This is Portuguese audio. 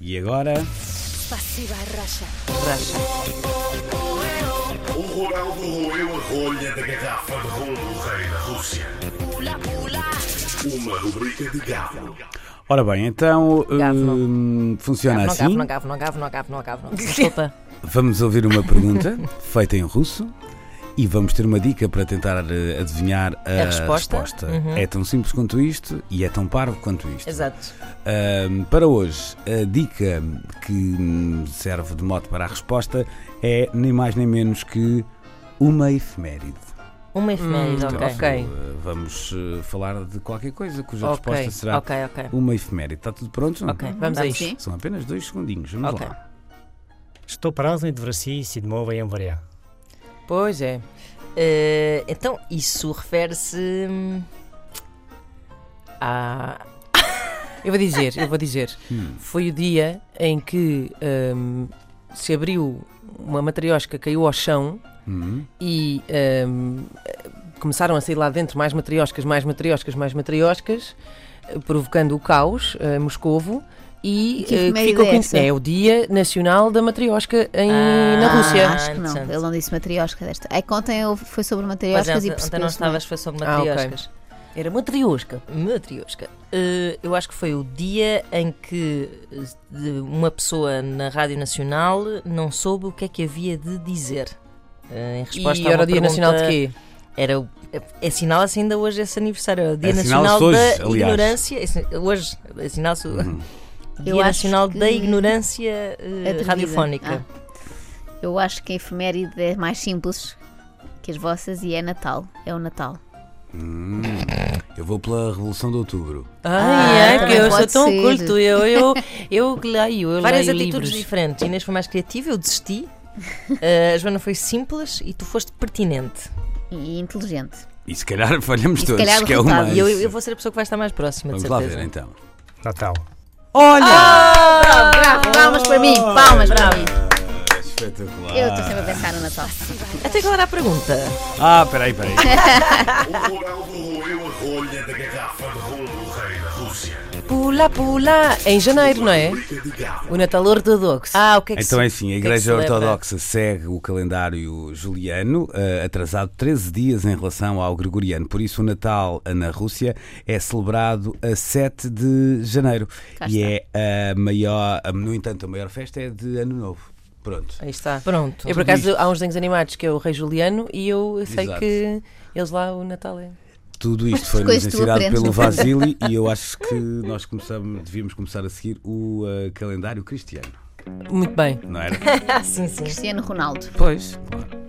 E agora. Passiva racha. O Ronaldo roeu a rolha da garrafa de rum do rei da Rússia. Uma rubrica de galo. Ora bem, então. Gavo não. hum, funciona Não assim. gavo, não gavo, não gavo, não gavo, não gavo. não. Desculpa. Vamos ouvir uma pergunta feita em russo e vamos ter uma dica para tentar eh, adivinhar a, A resposta? Uhum. É tão simples quanto isto e é tão parvo quanto isto. Exato. Ahm, para hoje, a dica que hum, serve de mote para a resposta é nem mais nem menos que uma efeméride. Uma efeméride, Portanto, Hum, ok. Ok, eh, Vamos eh, falar de qualquer coisa cuja ok, resposta será ok, ok. uma efeméride. Está tudo pronto? Ok, vamos a isto. São apenas dois segundinhos. Vamos Ok. lá. Что празднует в России 7 января? Pois é. Eh, então, isso refere-se hum, a. Eu vou dizer, eu vou dizer. Hum, Foi o dia em que hum, se abriu uma matriosca, caiu ao chão Hum. e hum, começaram a sair lá dentro mais matrioscas, mais matrioscas, mais matrioscas, eh, provocando o caos eh, moscovo. E, E que eh, efeméride ficou é conhe- essa? é o Dia Nacional da Matriosca em, Ah, na Rússia. Acho que não. interessante. Ele não disse matriosca desta. Ai, ontem eu- foi sobre Pois matrioscas e é, ontem- ontem não percebeu-se. não é? estavas, foi sobre Ah, ok. matrioscas. Era matriosca. Matriosca. Eh, eu acho que foi o dia em que eh, de- uma pessoa na Rádio Nacional não soube o que é que havia de dizer. Eh, em resposta e a uma era o Dia Nacional de pergunta- quê? Era, o- é- assinala-se ainda hoje esse aniversário. É o Dia Assinala-se Nacional hoje, da aliás. Uhum. Ignorância. Esse- Hoje, assinala-se o hum. Eu acho Dia Nacional que- da Ignorância eh, Atrevida. Radiofónica. Eu acho que a efeméride é mais simples que as vossas e é Natal. É o Natal. Hum. Eu vou pela Revolução de Outubro. Ah, Ai, é que também eu sou pode tão ser. culto. Eu, eu, eu que leio, eu Várias leio atitudes livros. diferentes. Inês foi mais criativa, eu desisti. Eh, a Joana foi simples e tu foste pertinente. E inteligente. E se calhar falhamos E se todos, calhar que é o derrotado. mais. E eu, eu vou ser a pessoa que vai estar mais próxima, Vamos de lá certeza. ver então. Натал. Oh! Bravo, palmas para mim, palmas para mim. Ah, espetacular. Eu estou sempre a pensar no Natal. então. Até agora a pergunta. Ah, peraí, peraí. O Ronaldo roeu a rolha da garrafa de rum do rei da Rússia. Pula, pula, em janeiro, não é? Rubrica de galo. O Natal Ortodoxo. Ah, o que é que Então se- é assim, a o que é que Igreja se celebra? Ortodoxa segue o calendário juliano, eh, atrasado 13 dias em relação ao gregoriano. Por isso, o Natal eh, na Rússia é celebrado a 7 de janeiro. Cá e é a maior, a- no entanto, a maior festa é de Ano Novo. Pronto. Aí está. Pronto. Eu, por acaso, há uns desenhos animados que é o Rei Juliano e eu sei Exato. que eles lá, o Natal é. Tudo isto foi-nos coisas tu ensinado aprendes. pelo Vasili e eu acho que nós começamos, devíamos começar a seguir o eh, calendário cristiano, Muito bem. não era? Ah, sim, sim. Cristiano Ronaldo. Pois, claro.